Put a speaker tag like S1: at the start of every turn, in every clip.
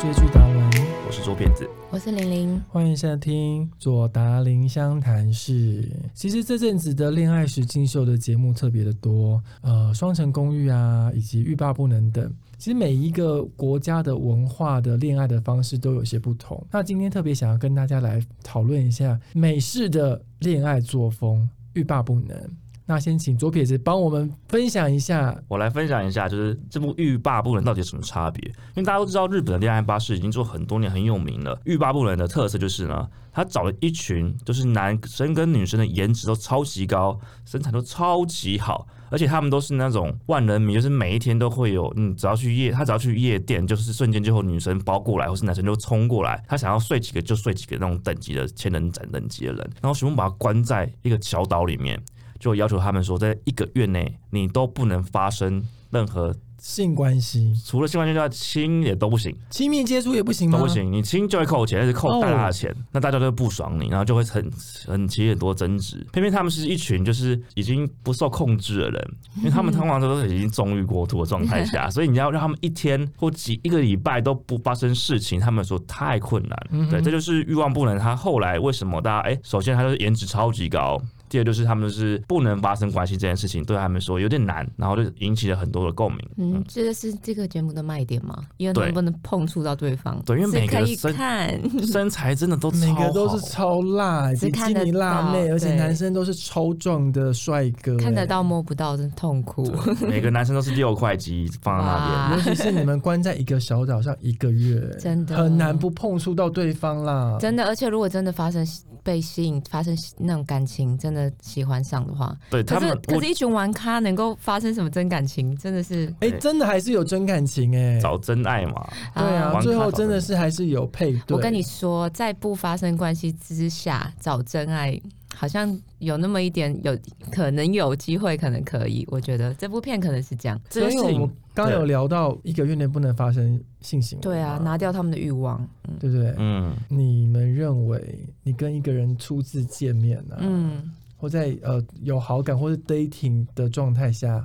S1: 追剧达人，
S2: 我是左撇子，
S3: 我是玲玲，
S1: 欢迎收听左达林湘谈室。其实这阵子的恋爱实境秀的节目特别的多，呃，双城公寓啊，以及欲罢不能等。其实每一个国家的文化的恋爱的方式都有些不同。那今天特别想要跟大家来讨论一下美式的恋爱作风，欲罢不能。那先请左撇子帮我们分享一下
S2: 我来分享一下，就是这部《欲罢不能》到底有什么差别？因为大家都知道，日本的恋爱巴士已经做很多年很有名了。《欲罢不能》的特色就是呢，他找了一群就是男生跟女生的颜值都超级高，身材都超级好，而且他们都是那种万人迷，就是每一天都会有，嗯，只要去夜，他只要去夜店，就是瞬间就有女生包过来，或是男生就冲过来，他想要睡几个就睡几个那种等级的千人斩等级的人，然后全部把他关在一个小岛里面。就要求他们说，在一个月内你都不能发生任何
S1: 性关系，
S2: 除了性关系之外，亲也都不行，
S1: 亲密接触也不行吗？哦
S2: 都不行。你亲就会扣钱，而且扣大大的钱，那大家都会不爽你，然后就会很很起很多争执。偏偏他们是一群就是已经不受控制的人，
S1: 嗯
S2: 因为他们通常都是已经纵欲过度的状态 下，所以你要让他们一天或几一个礼拜都不发生事情，他们说太困难了。
S1: 嗯哼
S2: 对，这就是欲望不能。他后来为什么大家哎、首先他就是颜值超级高，第二就是他们就是不能发生关系这件事情，对他们说有点难，然后就引起了很多的 共鸣。
S3: 嗯，这个是这个节目的卖点嘛，因为
S2: 对
S3: 能不能碰触到对方，
S2: 对因为每
S3: 是
S2: 个
S3: 可
S2: 人
S3: 以
S2: 身
S3: 看，
S2: 身材真的都
S1: 每个
S2: 超
S1: 都
S2: 好
S1: 是超辣，
S3: 只
S1: 比基
S3: 看得
S1: 尼辣妹，
S3: 到
S1: 而且
S3: 对
S1: 男生都是超壮的帅哥、欸
S3: 看得。到摸不到，真痛苦。
S2: 每个男生都是六块肌放在那
S3: 哇
S2: 边。
S1: 尤 其是你们关在一个小岛上一个月，
S3: 真的
S1: 很难不碰触到对方啦。
S3: 真的，而且如果真的发生被吸引，发生那种感情，真的喜欢上的话，
S2: 对
S3: 可
S2: 他
S3: 是
S2: 们，
S3: 可是一群玩咖能够发生什么真感情，真的是
S1: 哎、真的还是有真感情哎、
S2: 我找真爱嘛，
S1: 对啊，
S2: 玩
S1: 最
S2: 咖
S1: 后
S2: 找
S1: 真的
S2: 真
S1: 是还是有配对。
S3: 我跟你说，在不发生关系之下找真爱，好像有那么一点有可能有机会，可能可以。我觉得这部片可能是这样。
S2: 这
S1: 所
S2: 件
S1: 以
S2: 事
S1: 我们
S2: 情，
S1: 刚
S2: 对
S1: 有聊到一个月内不能发生性行为，
S3: 对啊，拿掉他们的欲望。嗯
S1: 对不对？
S2: 嗯，
S1: 你们认为你跟一个人初次见面啊呢、
S3: 嗯，
S1: 或在呃有好感或是 dating 的状态下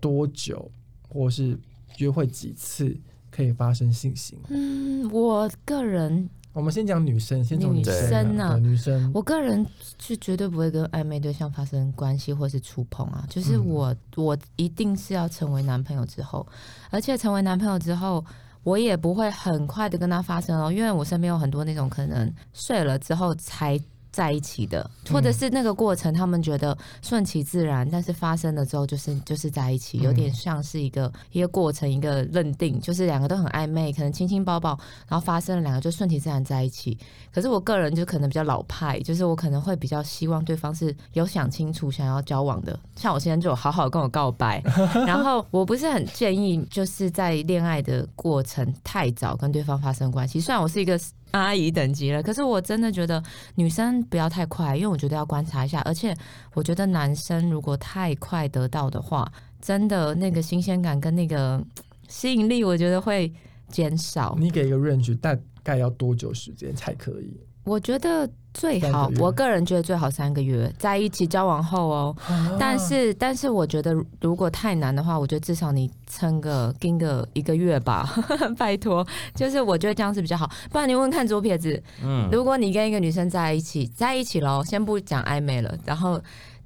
S1: 多久，或是约会几次可以发生性行为？
S3: 嗯，我个人，
S1: 我们先讲女生，先从
S3: 女
S1: 生
S3: 生
S1: 啊
S3: 啊
S1: 对女生，
S3: 我个人是绝对不会跟暧昧对象发生关系或是触碰啊。就是
S1: 嗯
S3: 我，我一定是要成为男朋友之后，而且成为男朋友之后。我也不会很快的跟他发生哦，因为我身边有很多那种可能睡了之后才在一起的，
S1: 嗯
S3: 或者是那个过程他们觉得顺其自然，但是发生了之后就是就是在一起，
S1: 嗯
S3: 有点像是一个一个过程，一个认定，就是两个都很暧昧，可能亲亲抱抱，然后发生了两个就顺其自然在一起。可是我个人就可能比较老派，就是我可能会比较希望对方是有想清楚想要交往的，像我现在就有好好地跟我告白， 然后我不是很建议就是在恋爱的过程太早跟对方发生关系，虽然我是一个。 阿姨等级了，可是我真的觉得女生不要太快，因为我觉得要观察一下，而且我觉得男生如果太快得到的话，真的那个新鲜感跟那个嗯吸引力，我觉得会减少。
S1: 你给一个 range，大概要多久时间才可以？
S3: 我觉得最
S1: 三
S3: 好
S1: 个月，
S3: 我个人觉得最好三个月在一起交往后哦。
S1: 嗯
S3: 但是，但是我觉得如果太难的话，我觉得至少你撑个盯个一个月吧， 拜托。就是我觉得这样是比较好，不然你问看左撇子，
S2: 嗯，
S3: 如果你跟一个女生在一起，在一起喽，先不讲暧昧了，然后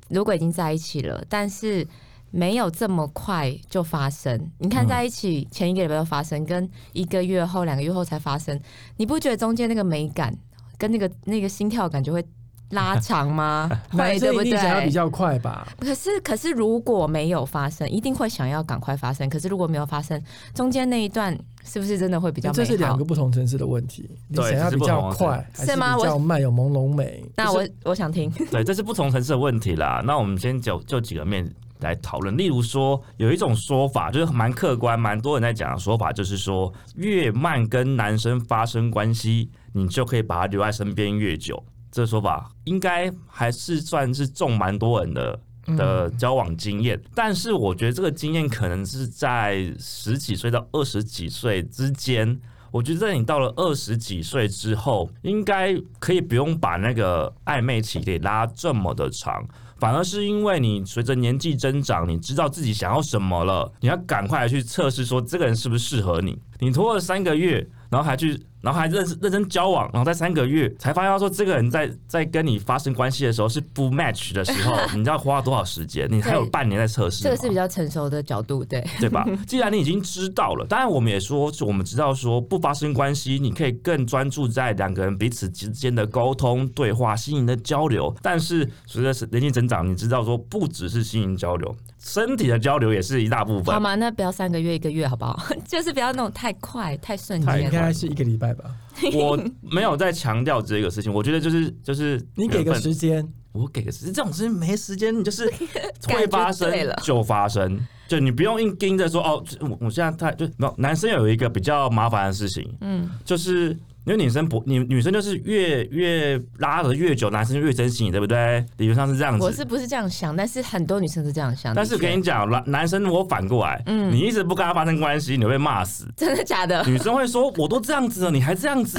S3: 如果已经在一起了，但是没有这么快就发生，你看
S2: 嗯
S3: 在一起前一个礼拜就发生，跟一个月后、两个月后才发生，你不觉得中间那个美感跟那个那个心跳感就会拉长 吗？
S1: 男
S3: 会，对
S1: 生
S3: 不
S1: 一
S3: 对
S1: 定？想要比较快吧？
S3: 可是，可是如果没有发生，一定会想要赶快发生。可是如果没有发生，中间那一段是不是真的会比较美好？
S1: 这是两个不同层次的问题。你
S2: 对
S1: 想要比较快，还
S3: 是
S1: 比
S3: 吗
S1: 较慢？有朦胧美。
S3: 那我我想听，
S2: 对，这是不同层次的问题啦。那我们先就就几个面来讨论，例如说，有一种说法就是蛮客观，蛮多人在讲的说法，就是说，越慢跟男生发生关系，你就可以把他留在身边越久。这个说法应该还是算是中蛮多人的
S3: 嗯
S2: 的交往经验，但是我觉得这个经验可能是在十几岁到二十几岁之间。我觉得在你到了二十几岁之后，应该可以不用把那个暧昧期给拉这么的长，反而是因为你随着年纪增长，你知道自己想要什么了，你要赶快去测试说这个人是不是适合你。你拖了三个月，然后还去，然后还认识认真交往，然后在三个月才发现他说这个人在在跟你发生关系的时候是不 match 的 时候，你知道花多少时间？你还有
S3: 对
S2: 半年在测试
S3: 这
S2: 吗，
S3: 个是比较成熟的角度，对，
S2: 对 吧？既然你已经知道了，当然我们也说，我们知道说不发生关系，你可以更专注在两个人彼此之间的沟通、对话、心灵的交流。但是随着年纪增长，你知道说不只是心灵交流，身体的交流也是一大部分
S3: 好。吗？那不要三个月一个月好不好？ 就是不要那种太快太瞬
S2: 太
S1: 应
S3: 间。
S1: 该是一个礼拜吧。
S2: 我没有在强调这个事情，我觉得就是就是
S1: 你给
S2: 缘
S1: 个
S2: 分
S1: 时间，
S2: 我给个时间，这种事情没时间，你就是 会发生
S3: 感觉对了
S2: 就发生，就你不用硬盯着说哦，这我我现在太就没有。男生有一个比较麻烦的事情，
S3: 嗯，
S2: 就是因为女生不，女女生就是越越拉的越久，男生就越珍惜你，对不对？理论上是这样
S3: 我
S2: 子。
S3: 是不是这样想？但是很多女生是这样想的。
S2: 但是
S3: 的确
S2: 跟你讲，男男生我反过来，
S3: 嗯
S2: 你一直不跟他发生关系，你会被骂死。
S3: 真的 假的？
S2: 女生会说：“我都这样子了，你还这样 子。”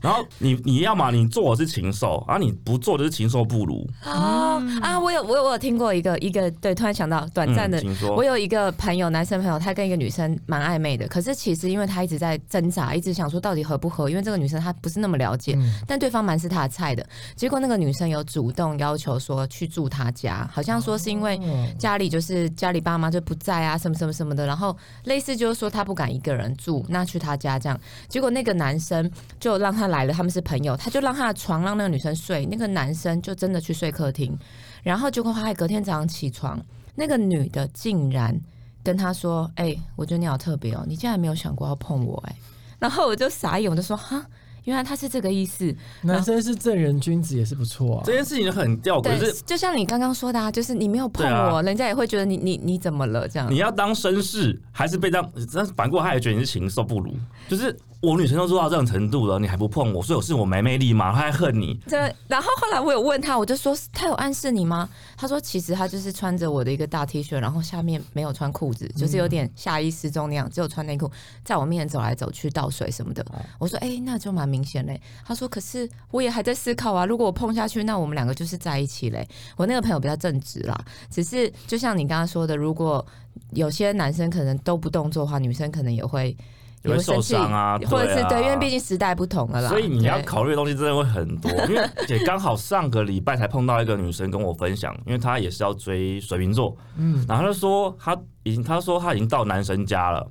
S2: 然后你你要嘛你做我是禽兽，然后你不做就是禽兽不如。
S3: 哦啊，我有我有我有听过一个一个对，突然想到短暂的
S2: 嗯、请说
S3: 我有一个朋友，男生朋友，他跟一个女生蛮暧昧的，可是其实因为他一直在挣扎，一直想说到底合不合，因为这个女生她不是那么了解，
S1: 嗯，
S3: 但对方蛮是他的菜的。结果那个女生有主动要求说去住他家，好像说是因为
S1: 哦
S3: 家里就是家里爸妈就不在啊，什么什么什么的，然后类似就是说他不敢一个人住，那去他家这样。结果那个男生就让他来了，他们是朋友，他就让他的床让那个女生睡，那个男生就真的去睡客厅，然后结果他隔天早上起床，那个女的竟然跟他说：“哎、我觉得你好特别哦，你竟然没有想过要碰我哎、然后我就傻眼，我就说：“哈，原来他是这个意思。”
S1: 男生是正人君子也是不错啊
S2: 这。件事情很吊诡，就
S3: 对
S2: 是，
S3: 就像你刚刚说的、啊，就是你没有碰
S2: 对啊
S3: 我，人家也会觉得你你你怎么了这样
S2: 你。要当绅士，还是被当？但是反过来，他也觉得你是禽兽不如。就是我女生都做到这种程度了，你还不碰我，所以我是我没魅力吗？她还恨你，
S3: 这，然后后来我有问他，我就说他有暗示你吗？他说其实他就是穿着我的一个大 T 恤，然后下面没有穿裤子，就是有
S2: 嗯
S3: 点下衣失踪那样，只有穿内裤，在我面前走来走去倒水什么
S2: 哦
S3: 的。我说哎、那就蛮明显嘞。他说可是我也还在思考啊，如果我碰下去，那我们两个就是在一起嘞。我那个朋友比较正直啦，只是就像你刚刚说的，如果有些男生可能都不动作的话，女生可能也会。
S2: 也会
S3: 生
S2: 受
S3: 气
S2: 伤啊
S3: 或者
S2: 对
S3: 是
S2: 啊
S3: 对，因为毕竟时代不同了啦。
S2: 所以你要
S3: 对
S2: 考虑的东西真的会很多。因为也刚好上个礼拜才碰到一个女生跟我分享，因为她也是要追水瓶座，
S1: 嗯，
S2: 然后她就说她已经，她说她已经到男生家了，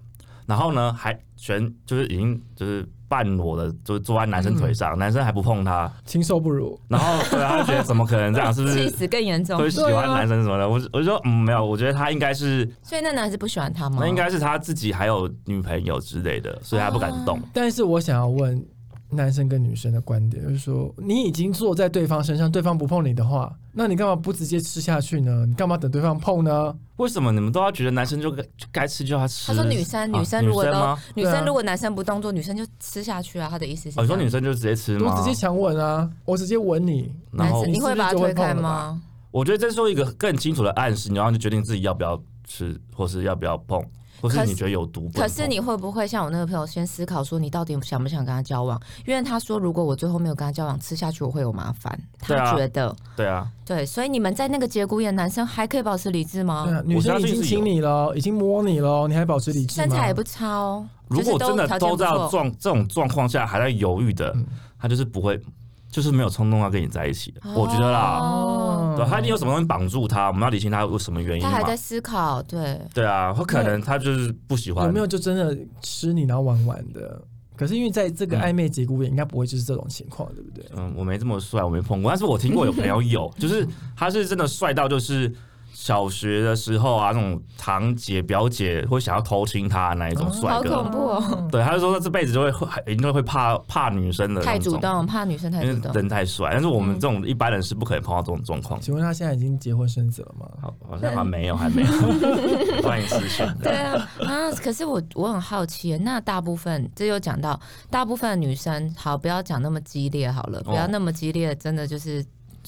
S2: 然后呢还全就是已经就是半裸的，就是坐在男生腿
S3: 嗯
S2: 上，男生还不碰她，
S1: 禽兽不如。
S2: 然后对啊，她就觉得怎么可能这样，是不
S3: 气
S2: 是？
S3: 死更严重
S2: 会。喜欢男生什么的，我就我就说嗯没有，我觉得他应该是
S3: 所以那男孩子不喜欢他吗？
S2: 那应该是他自己还有女朋友之类的，所以他不敢动。
S3: 哦
S1: 但是我想要问男生跟女生的观点，就是说，你已经坐在对方身上，对方不碰你的话，那你干嘛不直接吃下去呢？你干嘛等对方碰呢？
S2: 为什么你们都要觉得男生就该就该吃就要吃？
S3: 他说女生
S2: 啊
S3: 女生如果都
S2: 吗？
S3: 女
S1: 对
S3: 生
S1: 啊
S3: 如果男生不动作，女生就吃下去啊。他的意思是这
S2: 哦，
S3: 样，
S2: 你说女生就直接吃
S1: 我
S2: 吗？
S1: 直接强吻啊，我直接吻你，
S2: 然
S3: 男
S2: 后
S3: 生你
S1: 你是不
S3: 会
S1: 是
S3: 把他
S1: 就会
S3: 推开
S1: 碰了吧
S3: 吗？
S2: 我觉得这是一个更清楚的暗示，然后你决定自己要不要吃，或是要不要碰，或是
S3: 可是
S2: 你觉得有毒不能碰。
S3: 可是你会不会像我那个朋友，先思考说你到底想不想跟他交往？因为他说如果我最后没有跟他交往，吃下去我会有麻烦。
S2: 对啊
S3: 他觉得
S2: 对啊，
S3: 对，所以你们在那个节骨眼，男生还可以保持理智
S1: 对
S3: 吗？
S1: 啊，女生
S2: 相
S1: 已
S2: 信
S1: 经
S2: 是有
S1: 亲你了，已经摸你了，你还保持理智吗？
S3: 身材也不差哦。
S2: 如果真的
S3: 就是
S2: 都
S3: 都条件不
S2: 在
S3: 错
S2: 状这种状况下还在犹豫的
S1: 嗯，
S2: 他就是不会，就是没有冲动要跟你在一起的。我觉得啦，
S3: 哦
S2: 对，啊他一定有什么东西绑住他，我们要理清他有什么原因
S3: 他还
S2: 嘛
S3: 在。思考，对，
S2: 对啊，他可能他就是不喜欢。
S1: 有没有就真的吃你然后玩玩的？可是因为在这个
S2: 嗯
S1: 暧昧节骨眼，应该不会就是这种情况，对不对？
S2: 嗯，我没这么帅，我没碰过，但是我听过有朋友 有，就是他是真的帅到就是。小学的时候啊，那种堂姐表姐会想要偷亲他的那一种帅
S3: 好
S2: 哥，
S3: 恐怖哦，
S2: 对，他就说他这辈子就会会一定会怕怕女生的那种
S3: 太主，动，怕女生太
S2: 因
S3: 主
S2: 为
S3: 动。嗯
S2: 人太帅。但是我们这种一般人是不可能碰到这种状况。
S1: 请问他现在已经结婚生子了吗？
S2: 好，好像还没有，还 没有，欢迎私讯。
S3: 对啊，啊！可是我我很好奇耶，那大部分这又讲到大部分的女生，好，不要讲那么激烈好
S1: 哦
S3: 了，不要那么激烈，真的就是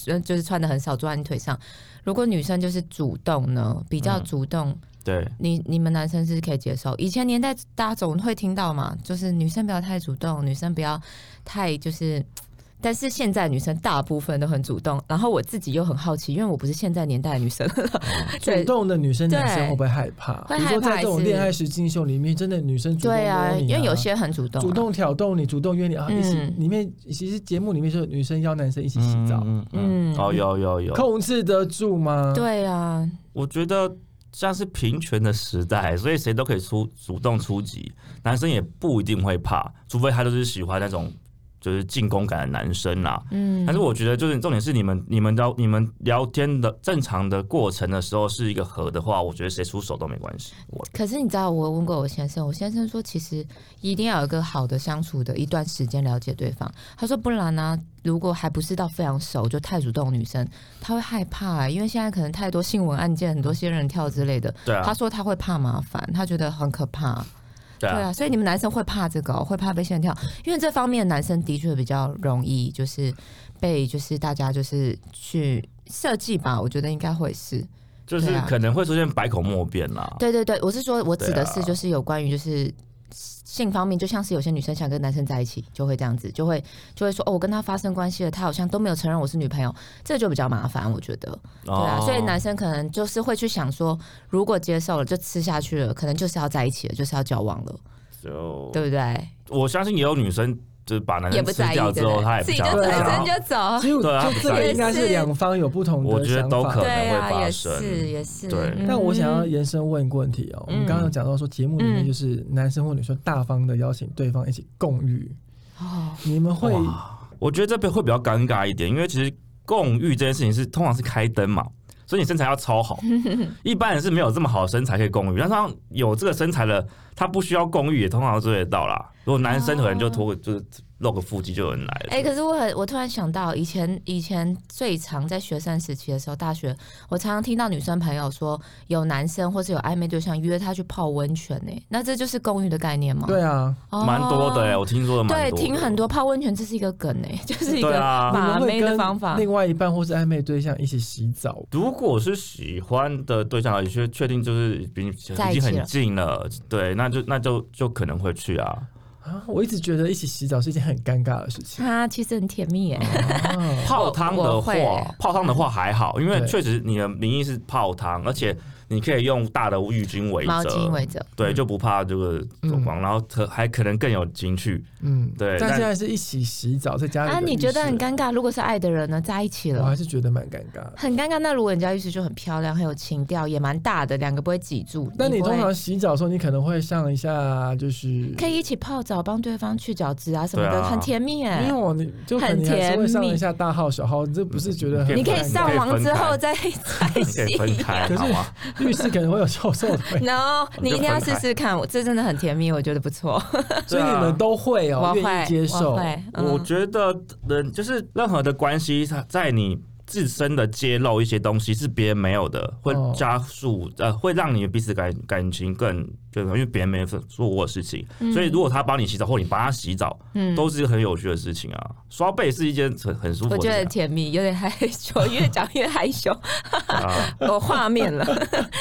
S3: 呃就是穿的很少，坐在你腿上。如果女生就是主动呢，比较
S2: 嗯
S3: 主动，
S2: 对，
S3: 你你们男生是可以接受。以前年代大家总会听到嘛，就是女生不要太主动，女生不要太就是。但是现在女生大部分都很主动，然后我自己又很好奇，因为我不是现在年代的女生了，
S1: 主
S3: 对
S1: 动的女生男生
S3: 对
S1: 会不会害怕？
S3: 会
S1: 比如说
S3: 害怕
S1: 在这种
S3: 是
S1: 恋爱实境秀里面，真的女生主动
S3: 对啊，
S1: 摸你
S3: 因为有些很主动、啊，
S1: 主动挑逗你，主动约你啊，一起
S3: 嗯
S1: 里面其实节目里面就有女生邀男生一起洗澡，
S2: 嗯
S3: 嗯
S2: 哦，有有有，
S1: 控制得住吗？，
S3: 对啊，
S2: 我觉得像是平权的时代，所以谁都可以出主动出击，男生也不一定会怕，除非他就是喜欢那种就是进攻感的男生啦、
S3: 嗯，
S2: 但是我觉得就是重点是你们你们聊你们聊天的正常的过程的时候是一个和的话，我觉得谁出手都没关系。我
S3: 可是你知道，我问过我先生，我先生说，其实一定要有一个好的相处的一段时间了解对方。他说，不然呢、如果还不是到非常熟，就太主动的女生，她会害怕、欸因为现在可能太多新闻案件，很多仙人跳之类的。
S2: 对
S3: 他
S2: 啊，
S3: 说他会怕麻烦，他觉得很可怕。
S2: 对
S3: 对
S2: 啊，
S3: 啊，所以你们男生会怕这个哦、会怕被仙人跳，因为这方面男生的确比较容易，就是被就是大家就是去设计吧，我觉得应该会是。
S2: 就是
S3: 对啊
S2: 可能会出现百口莫辩啦。
S3: 对对对，我是说，我指的
S2: 对
S3: 是
S2: 啊
S3: 就是有关于就是性方面，就像是有些女生想跟男生在一起，就会这样子，就会就会说哦，我跟他发生关系了，他好像都没有承认我是女朋友，这就比较麻烦，我觉得。
S2: 对
S3: 对啊，所以男生可能就是会去想说，如果接受了就吃下去了，可能就是要在一起了，就是要交往了，
S2: 就
S3: 对不对？
S2: 我相信也有女生就是把男
S3: 也
S2: 生
S3: 不
S2: 吃
S3: 在意
S2: 掉
S3: 对
S2: 之
S3: 不
S2: 后，
S3: 对
S2: 她也不
S3: 自己就
S2: 想要
S3: 转
S2: 然
S3: 身
S2: 后
S3: 就走。
S1: 只有
S2: 对啊
S1: 就这
S2: 不在
S1: 个
S2: 意
S1: 应该是两方有不同
S2: 我
S1: 的
S2: 觉得
S1: 想
S2: 都
S1: 法
S2: 可。能
S3: 对啊，
S2: 会发
S3: 也
S2: 生
S3: 是也是。
S2: 对
S3: 嗯
S1: 但我想要延伸问一个问题哦，我们
S3: 嗯
S1: 刚刚有讲到说节目里面
S3: 嗯
S1: 就是男生或女生大方的邀请对方一起共浴，
S3: 哦，
S1: 你们会
S2: 哇我觉得这边会比较尴尬一点，因为其实共浴这件事情是通常是开灯嘛，所以你身材要超 好。一般人是没有这么好的身材可以共浴，但是有这个身材的，他不需要共浴也通常都做得到啦。如果男生可能就脱个就是露个腹肌就有人来了。
S3: 哎、可是我很，我突然想到，以前以前最常在学生时期的时候，大学我常常听到女生朋友说，有男生或是有暧昧对象约她去泡温泉呢、那这就是公寓的概念吗？
S1: 对啊，
S3: 哦，
S2: 蛮多的、欸，我听说的蛮
S3: 对，
S2: 多的。
S3: 听很多泡温泉，这是一个梗哎、就是一
S2: 对
S3: 个
S2: 啊
S1: 你们
S3: 把
S1: 会
S3: 妹的
S1: 跟
S3: 方法。
S1: 另外一半或是暧昧对象一起洗澡，
S2: 如果是喜欢的对象，也确确定就是已经
S3: 在
S2: 已
S3: 一起
S2: 经
S3: 了
S2: 很近了，对，那就那就就可能会去啊。
S1: 啊，我一直觉得一起洗澡是一件很尴尬的事 情。
S3: 啊，其实很甜蜜哎、
S1: 啊
S2: 泡汤的
S3: 我
S2: 话
S3: 会，
S2: 泡汤的话还好，因为
S1: 对
S2: 确实你的名义是泡汤，而且你可以用大的浴巾围
S3: 毛巾
S2: 着，
S3: 围着，
S2: 对，就不怕这个走光，然后可还可能更有情趣。
S1: 嗯，
S2: 对
S1: 但
S2: 但
S1: 现在是一起洗澡，在家里的
S3: 啊，你
S1: 浴
S3: 觉得
S1: 室
S3: 很尴尬？如果是爱的人呢，在一起
S1: 我
S3: 了
S1: 还。是觉得蛮尴尬的。
S3: 很尴尬，那如果人家浴室就很漂亮，很有情调，也蛮大的，两个不会挤住。
S1: 那你
S3: 不会
S1: 通常洗澡的时候，你可能会上一下，就是
S3: 可以一起泡澡，帮对方去角质啊什么的，
S2: 对啊
S3: 很甜蜜耶、
S1: 没有你就可能你还是会上一下大号小号，你这不是觉得很
S2: 甜蜜
S3: 你可以
S1: 尴尬
S3: 上网之 后再再
S2: 可以分
S3: 洗。
S2: 开，
S1: 可是
S2: 好吗？
S1: 浴室可能会有臭臭的味 道，
S3: no，你一定要
S2: 就分
S3: 试
S2: 开
S3: 试看，我这真的很甜蜜，我觉得不错。
S1: 所以你们都会哦，
S3: 我
S1: 愿意
S3: 会，
S1: 接受
S3: 我。会，嗯、
S2: 我觉得人就是任何的关系，它在你自身的揭露一些东西是别人没有的，会
S1: 哦
S2: 加速呃，会让你彼此感感情更就因为别人没有做过的事情，所以如果他帮你洗澡或你帮他洗澡，
S3: 嗯
S2: 都是一个很有趣的事情啊。刷背是一件很很舒服的
S3: 我觉
S2: 事
S3: 得很
S2: 情
S3: 甜蜜，有点害 羞，越讲越害羞，
S2: 啊、啊
S3: 我哦画面了。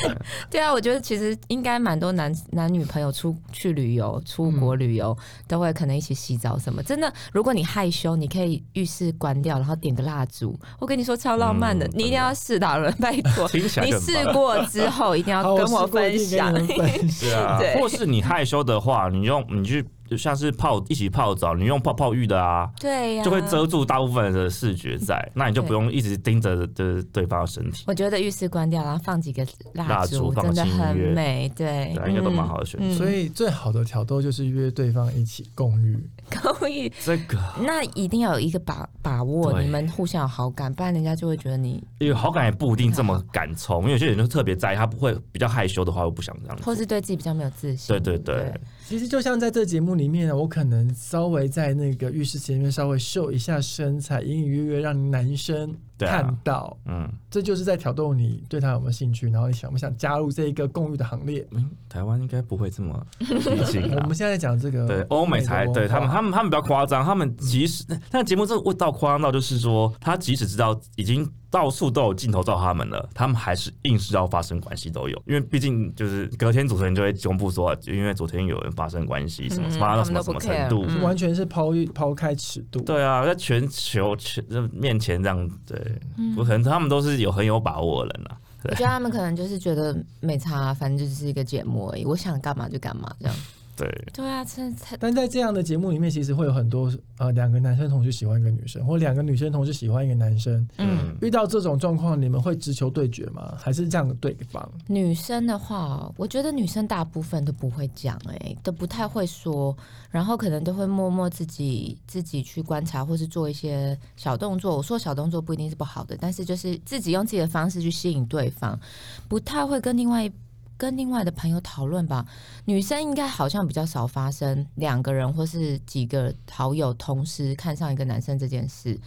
S3: 对啊，我觉得其实应该蛮多男男女朋友出去旅游、出国旅游、都会可能一起洗澡什么。真的，如果你害羞，你可以浴室关掉，然后点个蜡烛。我跟你说超浪漫的，
S2: 嗯
S3: 你一定要试到了，拜托。
S2: 听起来
S3: 你
S2: 更
S3: 试
S2: 棒。
S3: 过之后一定要
S1: 好，
S3: 跟
S1: 我
S3: 我
S1: 试过
S3: 分
S1: 一定
S3: 享。
S1: 跟你们分 享。
S2: 对啊，
S3: 对
S2: 或是你害羞的话，你用你去就像是泡一起泡澡，你用泡泡浴的啊，
S3: 对呀、
S2: 就会遮。住大部分的视觉在，那你就不用一直盯着就是对方的身体，
S3: 我觉得浴室关掉，然后放几个蜡
S2: 蜡烛
S3: 烛，
S2: 放
S3: 真的
S2: 轻
S3: 很
S2: 音乐
S3: 美。对，嗯
S2: 对啊，应该都蛮好的选择。
S1: 所 以最好的挑逗就是约对方一起共浴，
S3: 公寓
S2: 这个
S3: 那一定要有一个把把握，
S2: 哦对
S3: 你们互相有好感，不然人家就会觉得你，
S2: 有好感也不一定这么敢冲，因为有些人就特别在意，他不会比较害羞的话，我不想这样
S3: 或
S2: 做。
S3: 是对自己比较没有自信。
S2: 嗯对对对，
S1: 其实就像在这节目里面啊，我可能稍微在那个浴室前面稍微秀一下身材，隐隐约约让男生
S2: 对啊
S1: 看到，
S2: 嗯，
S1: 这就是在挑逗你对他有没有兴趣，然后你想不想加入这一个共浴的行列？
S2: 嗯台湾应该不会这么 理性
S1: 我
S2: 啊
S1: 们。现在讲这个
S2: 对，欧美
S1: 的
S2: 才
S1: 文
S2: 对他们，
S1: 化
S2: 他们他们比较夸张，他们即使但节目这味道夸张到，就是说他即使知道已经到处都有镜头照他们了，他们还是硬是要发生关系都有，因为毕竟就是隔天主持人就会公布说，因为昨天有人发生关系，什么
S3: 嗯
S2: 发到
S3: 他们
S2: 什么
S3: 都
S2: 什
S3: 不
S2: 么程度，
S3: care 嗯
S1: 完全是抛抛开尺度。
S2: 对啊，在全球全面前这样，对，我可能他们都是有很有把握的人啊。
S3: 我觉得他们可能就是觉得没差，反正就是一个节目而已，我想干嘛就干嘛 这样。
S2: 对，
S3: 对啊，这才
S1: 但在这样的节目里面，其实会有很多呃，两个男生同时喜欢一个女生，或两个女生同时喜欢一个男生。
S3: 嗯，
S1: 遇到这种状况，你们会直球对决吗？还是让对方？
S3: 女生的话哦，我觉得女生大部分都不会讲，哎，都不太会说，然后可能都会默默自己自己去观察，或是做一些小动作。我说小动作不一定是不好的，但是就是自己用自己的方式去吸引对方，不太会跟另外一跟另外的朋友讨论吧。女生应该好像比较少发生两个人或是几个好友同时看上一个男生这件事，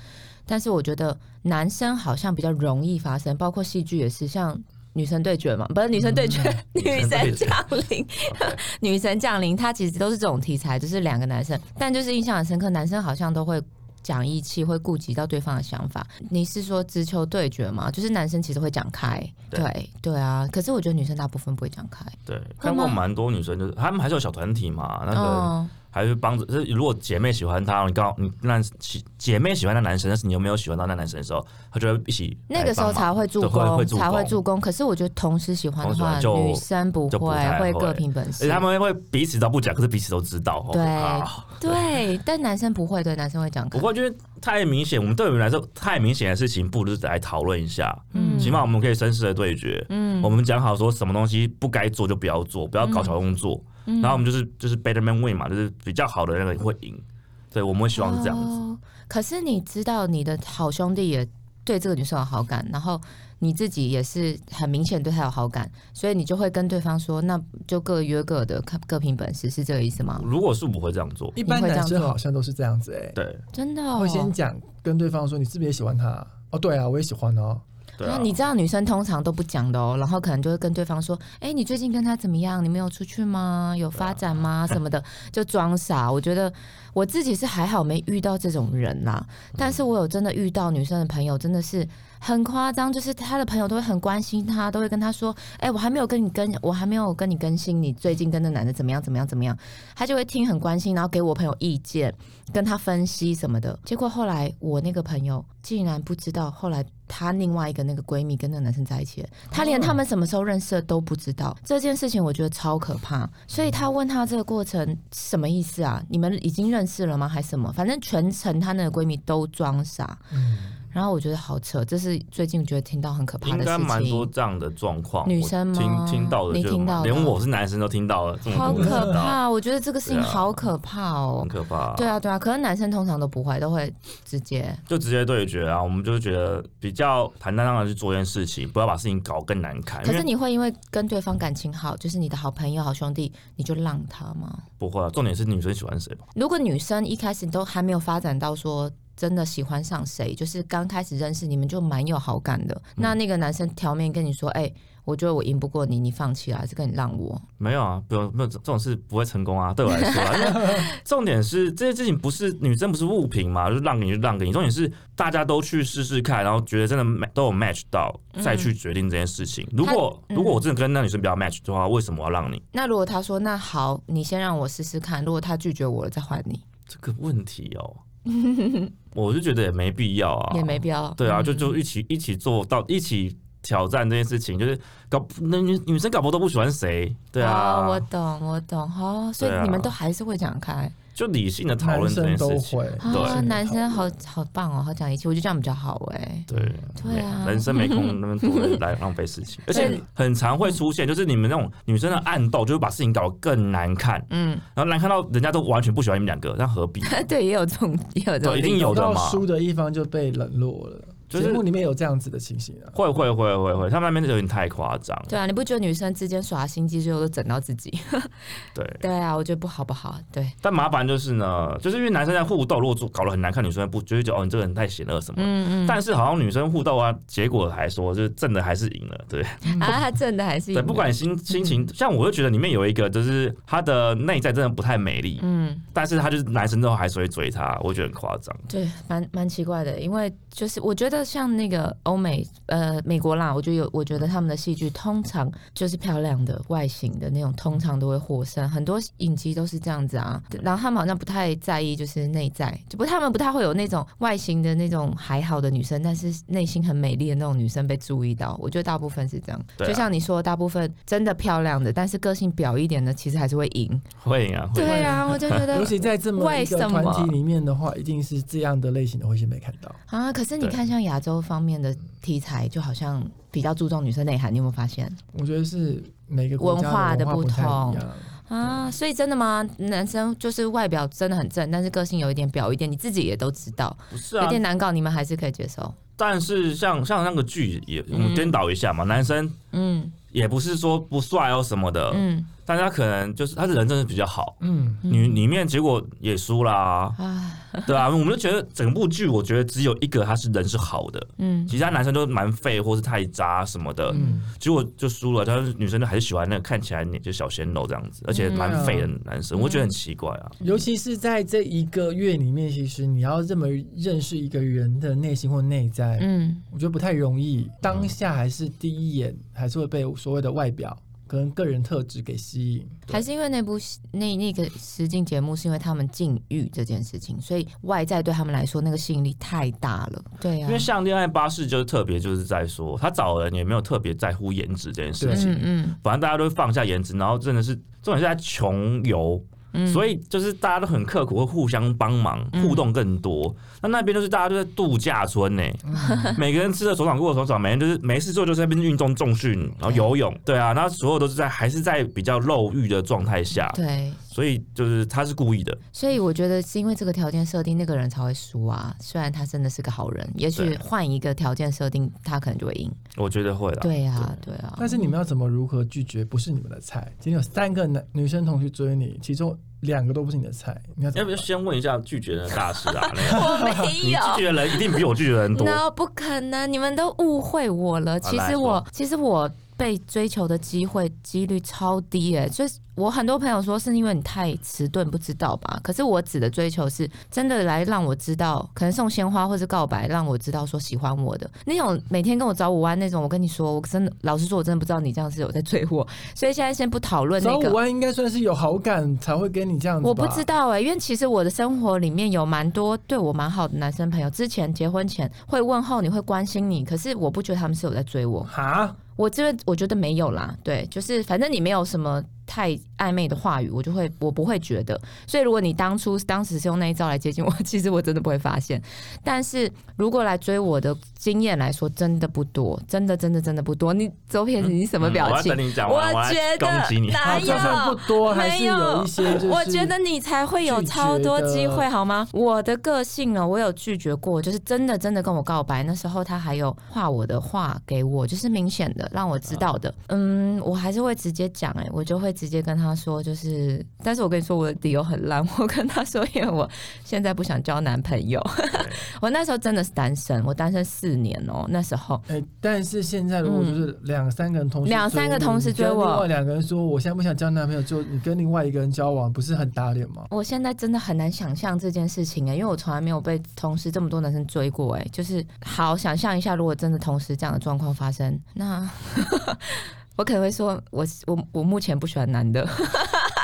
S3: 但是我觉得男生好像比较容易发生，包括戏剧也是，像女生对决嘛， 不是女生对决，嗯 女神降临，女神降临，它其实都是这种题材，就是两个男生，但就是印象很深刻，男生好像都会。讲义气会顾及到对方的想法，你是说直球对决吗？就是男生其实会讲开，
S2: 对
S3: 对对啊，可是我觉得女生大部分不会讲开，
S2: 对，看过蛮多女生，就是她们还是有小团体嘛，那个
S3: 嗯嗯
S2: 还是帮着。就是如果姐妹喜欢他，你刚好你那姐姐妹喜欢那男生，但是你又没有喜欢到那男生的时候，她就会一起
S3: 那个时候
S2: 来帮忙
S3: 才会助
S2: 对会
S3: 攻，
S2: 会助攻
S3: 才会助攻。可是我觉得同时喜欢的话，
S2: 同时喜欢就
S3: 女生不
S2: 就不
S3: 会，
S2: 太会
S3: 各凭本
S2: 而且
S3: 事。
S2: 哎他们会彼此都不讲，可是彼此都知道。哦
S3: 对
S2: 啊
S3: 对，但男生不会，对男生会讲开。
S2: 不过就是太明显，我们对我们来说太明显的事情，不如就是来讨论一下。
S3: 嗯
S2: 起码我们可以绅士的对决。
S3: 嗯
S2: 我们讲好说什么东西不该做就不要做，不要搞小动作。
S3: 嗯
S2: 然后我们就是就是 better man win 嘛，就是比较好的那个会赢。对，我们会希望是这样子。
S3: 哦可是你知道，你的好兄弟也对这个女生有好感，然后你自己也是很明显对她有好感，所以你就会跟对方说，那就各约各的，看各凭本事，是这个意思吗？
S2: 如果是我会这样做，
S1: 一般
S3: 你会这
S1: 男
S3: 样做
S1: 生好像都是这样子哎、
S2: 对
S3: 真的、哦
S1: 会，先讲跟对方说你是不是也喜欢他？哦，对啊，我也喜欢哦。
S2: 对
S3: 然
S2: 啊
S3: 后，你知道女生通常都不讲的哦，然后可能就会跟对方说：“哎，你最近跟他怎么样？你们有出去吗？有发展吗？
S2: 啊
S3: 什么的，就装傻。”我觉得我自己是还好没遇到这种人啦，但是我有真的遇到女生的朋友，真的是很夸张，就是她的朋友都会很关心她，都会跟她说：“哎，我还没有跟你更，我还没有跟你更新，你最近跟那男的怎么样？怎么样？怎么样？”她就会听很关心，然后给我朋友意见，跟他分析什么的。结果后来我那个朋友竟然不知道，后来她另外一个那个闺蜜跟那个男生在一起了，她连
S2: 哦
S3: 他们什么时候认识的都不知道。这件事情我觉得超可怕，所以她问她这个过程什么意思啊？你们已经认识了吗？还什么？反正全程她那个闺蜜都装傻。
S2: 嗯
S3: 然后我觉得好扯，这是最近觉得听到很可怕
S2: 应
S3: 的
S2: 该蛮
S3: 事
S2: 多
S3: 情。
S2: 这样的状况。
S3: 女
S2: 我
S3: 生吗
S2: 听听到的
S3: 你
S2: 就
S3: 听到的
S2: 连我是男生都听到了，这么
S3: 好
S2: 多人
S3: 可
S2: 嗯知道，
S3: 怕！我觉得这个事情
S2: 对啊嗯
S3: 好可怕哦
S2: 很。可怕。
S3: 对，啊，对啊，可是男生通常都不会，都会直接
S2: 就直接对决啊！我们就是觉得比较坦荡荡的去做一件事情，不要把事情搞更难看。
S3: 可
S2: 因
S3: 是
S2: 为
S3: 你会因为跟对方感情好，就是你的好朋友、好兄弟，你就让他吗？
S2: 不会啊，重点是女生喜欢谁吧？
S3: 如果女生一开始都还没有发展到说真的喜欢上谁，就是刚开始认识你们就蛮有好感的，那
S2: 嗯
S3: 那个男生条面跟你说：“哎、我觉得我赢不过你，你放弃了，还是跟你让我。
S2: 没有啊，不用，没有这这种事不会成功啊，对我来说啊，因 为重点是这件事情不是女生不是物品嘛，就让给你就让给你，重点是大家都去试试看，然后觉得真的 ma- 都有 match 到，再去决定这件事情。如果、
S3: 嗯他嗯
S2: 如果我真的跟那女生比较 match 的话，为什么我要让你？”
S3: 那如果他说：“那好，你先让我试试看。”如果他拒绝我了，再换你，
S2: 这个问题 哦，我就觉得也没必要啊，
S3: 也没必要。嗯
S2: 对啊，就就一起一起做到一起挑战这件事情，就是搞那女女生搞不好都不喜欢谁，对啊，
S3: 哦，我懂，我懂哦，所以
S2: 对啊
S3: 你们都还是会讲开
S2: 就理性的讨
S1: 男
S2: 论这
S1: 生
S2: 件
S1: 都
S2: 事情，
S1: 会，
S2: 对
S3: 啊，男生好好棒哦，好讲义气，我觉得这样比较好哎、
S2: 对
S3: 对啊
S2: 人生没空那么多人来浪费事 情，而且
S3: 对嗯
S2: 很常会出现，就是你们那种女生的暗斗，就会把事情搞得更难看，
S3: 嗯，
S2: 然后难看到人家都完全不喜欢你们两个，那何必？
S3: 对，也有这种，也有这种
S2: 对，一
S3: 例子，
S2: 定有
S1: 走
S2: 的
S1: 到
S2: 嘛。
S1: 输的一方就被冷落了。
S2: 就
S1: 节
S2: 是
S1: 目里面有这样子的情形啊。
S2: 会会会会会，他们那边有点太夸张，
S3: 对啊，你不觉得女生之间耍心机，最后都整到自己？
S2: 对。
S3: 对啊，我觉得不好不好。对，
S2: 但麻烦就是呢，就是因为男生在互动，如果做搞得很难看，女生不就会觉得哦，你这个人太险恶什么的。
S3: 嗯
S2: 但是好像女生互动啊，结果还说就是正的还是赢了，对
S3: 嗯，啊，他 真的还是
S2: 对，不管心心情，
S3: 嗯
S2: 像我就觉得里面有一个就是她的内在真的不太美丽，
S3: 嗯，
S2: 但是她就是男生之后还是会追她，我觉得很夸张。
S3: 对，蛮蛮奇怪的，因为就是我觉得像那个欧美呃美国啦，我觉得有，我觉得他们的戏剧通常就是漂亮的外形的那种，通常都会获胜，很多影集都是这样子啊。然后他们好像不太在意就是内在，就不他们不太会有那种外形的那种还好的女生，但是内心很美丽的那种女生被注意到。我觉得大部分是这样，
S2: 对啊
S3: 就像你说，大部分真的漂亮的，但是个性表一点的，其实还是会赢。
S2: 会啊，会
S3: 对啊，我就觉 得
S1: 尤其在这么一个
S3: 为什
S1: 团
S3: 么
S1: 体里面的话，一定是这样的类型的会先被看到。
S3: 啊，可是你
S2: 对
S3: 看，像亚洲方面的题材，就好像比较注重女生内涵，你有没有发现
S1: 我觉得是每个国家
S3: 文化
S1: 的
S3: 的
S1: 文化
S3: 不
S1: 太
S3: 同
S1: 一样。
S3: 啊？所以真的吗？男生就是外表真的很正，但是个性有一点表一点，你自己也都知道，
S2: 不是
S3: 有
S2: 啊，
S3: 点难搞，你们还是可以接受。
S2: 但是像像那个剧也我
S3: 嗯
S2: 们颠倒一下嘛，男生
S3: 嗯
S2: 也不是说不帅哦什么的，
S3: 嗯，
S2: 但是他可能就是他的人真的比较好，
S1: 嗯，
S2: 女里面结果也输啦
S3: 啊
S2: 对啊，我们就觉得整部剧，我觉得只有一个他是人是好的，
S3: 嗯
S2: 其他男生都蛮废或是太渣什么的，
S1: 嗯
S2: 结果就输了。但是女生就还是喜欢那个看起来你就小鲜肉这样子，而且蛮废的男生，
S3: 嗯
S2: 我觉得很奇怪啊。
S1: 尤其是在这一个月里面，其实你要这么认识一个人的内心或内在，
S3: 嗯
S1: 我觉得不太容易。当下还是第一眼还是会被所谓的外表跟个人特质给吸引。
S3: 还是因为那部戏那那个实境节目是因为他们禁欲这件事情，所以外在对他们来说那个吸引力太大了。对
S2: 因
S3: 啊，
S2: 为像《恋爱巴士》就是特别，就是在说他找人也没有特别在乎颜值这件事情，
S3: 嗯嗯
S2: 反正大家都会放下颜值，然后真的是重点是在穷游，
S3: 嗯，
S2: 所以就是大家都很刻苦，会互相帮忙，
S3: 嗯
S2: 互动更多。那那边就是大家都在度假村 呢、每个人吃的手掌过手掌，每人就是没事做就在那边运动重训，然后游泳，对啊，那所有都是在还是在比较肉欲的状态下，
S3: 对。
S2: 所以就是他是故意的，
S3: 所以我觉得是因为这个条件设定，那个人才会输啊。虽然他真的是个好人，也许
S2: 对
S3: 换一个条件设定，他可能就会赢。
S2: 我觉得会啦。
S3: 对啊，对啊。
S1: 但是你们要怎么如何拒绝不是你们的菜？今天有三个男女生同学追你，其中两个都不是你的菜，你要怎
S2: 要
S1: 么
S2: 不
S1: 办
S2: 要先问一下拒绝的大师 啊？那个
S3: 我
S2: 你
S3: 没有
S2: 拒。绝的人一定比我拒绝的人 多。
S3: No，不可能！你们都误会我了。
S2: 好
S3: 其
S2: 来
S3: 实我，其实我被追求的机会几率超低诶、所以我很多朋友说是因为你太迟钝，不知道吧？可是我指的追求是真的来让我知道，可能送鲜花或是告白，让我知道说喜欢我的那种。每天跟我找五万那种，我跟你说，我真的老实说，我真的不知道你这样是有在追我。所以现在先不讨论那
S1: 找
S3: 个
S1: 五。万应该算是有好感才会跟你这样子吧。
S3: 我不知道哎、因为其实我的生活里面有蛮多对我蛮好的男生朋友，之前结婚前会问候你，会关心你，可是我不觉得他们是有在追我，
S1: 哈，
S3: 我这我觉得没有啦，对，就是反正你没有什么太暧昧的话语，我就会我不会觉得，所以如果你当初当时是用那一招来接近我，其实我真的不会发现，但是如果来追我的经验来说，真的不多，真的真的真的不多，你周撇子你什
S2: 什
S3: 么表
S2: 我要
S3: 情？
S2: 等你讲嗯
S3: 我
S2: 完，我要
S3: 觉
S2: 攻击
S3: 得
S2: 你。
S3: 哪
S1: 啊，就
S3: 有？
S1: 算不多，还是有一些就是。
S3: 我觉得你才会有超多机
S1: 拒绝
S3: 会，
S1: 的
S3: 好吗？我的个性呢，我有拒绝过，就是真的真的跟我告白，那时候他还有画我的画给我，就是明显的让我知道的。
S1: 啊
S3: 嗯，我还是会直接讲，哎，我就会直接跟他说，就是，但是我跟你说我的理由很烂， 我跟他说，因为我现在不想交男朋友， 我那时候真的是单身，我单身四年哦，那时候。
S1: 哎、但是现在如果就是两三个人同时追你、
S3: 嗯两三个同时追我
S1: 你跟另外两个人说我现在不想交男朋友，就你跟另外一个人交往，不是很打脸吗？
S3: 我现在真的很难想象这件事情哎、因为我从来没有被同时这么多男生追过哎、就是好想象一下，如果真的同时这样的状况发生，那 我可能会说我我我目前不喜欢男的，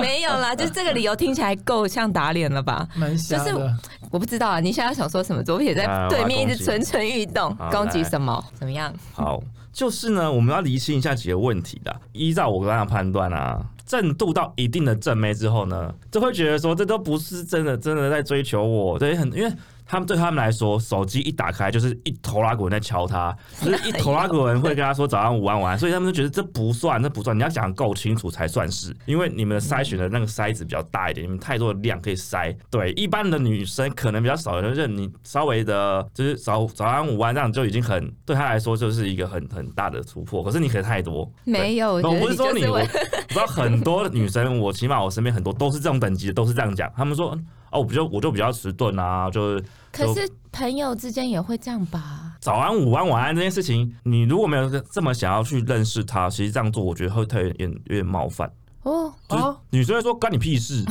S3: 没有啦，就是这个理由听起来够像打脸了吧？
S1: 蛮瞎的。
S3: 就是我不知道啊，你现在想说什么？左撇在
S2: 啊
S3: 对面
S2: 我要
S3: 一直蠢蠢欲动
S2: 好，
S3: 攻击
S2: 来
S3: 什么？怎么样？
S2: 好，就是呢，我们要厘清一下几个问题的。依照我刚刚的判断啊，正度到一定的正妹之后呢，就会觉得说这都不是真的，真的在追求我。对，很因为。他们对他们来说，手机一打开就是一头拉滚在敲他，就是一头拉滚会跟他说早安、午安、晚安，所以他们就觉得这不算，这不算，你要讲够清楚才算是，因为你们的筛选的那个筛子比较大一点，你们太多的量可以筛。对，一般的女生可能比较少人认你，稍微的就是早早安、午安这样就已经很对她来说就是一个很很大的突破，可是你可能太多，对
S3: 没有，我觉
S2: 我
S3: 得
S2: 不是说
S3: 就
S2: 你，
S3: 是
S2: 我
S3: 我
S2: 我知道很多女生，我起码我身边很多都是这种等级的，都是这样讲。他们说，嗯哦，我比较我就比较迟钝啊，就是
S3: 可是朋友之间也会这样吧？
S2: 早安、午安、晚安这件事情，你如果没有这么想要去认识他，其实这样做我觉得会特别有点有点冒犯。
S3: 哦，
S2: 就是女生会说干你屁事，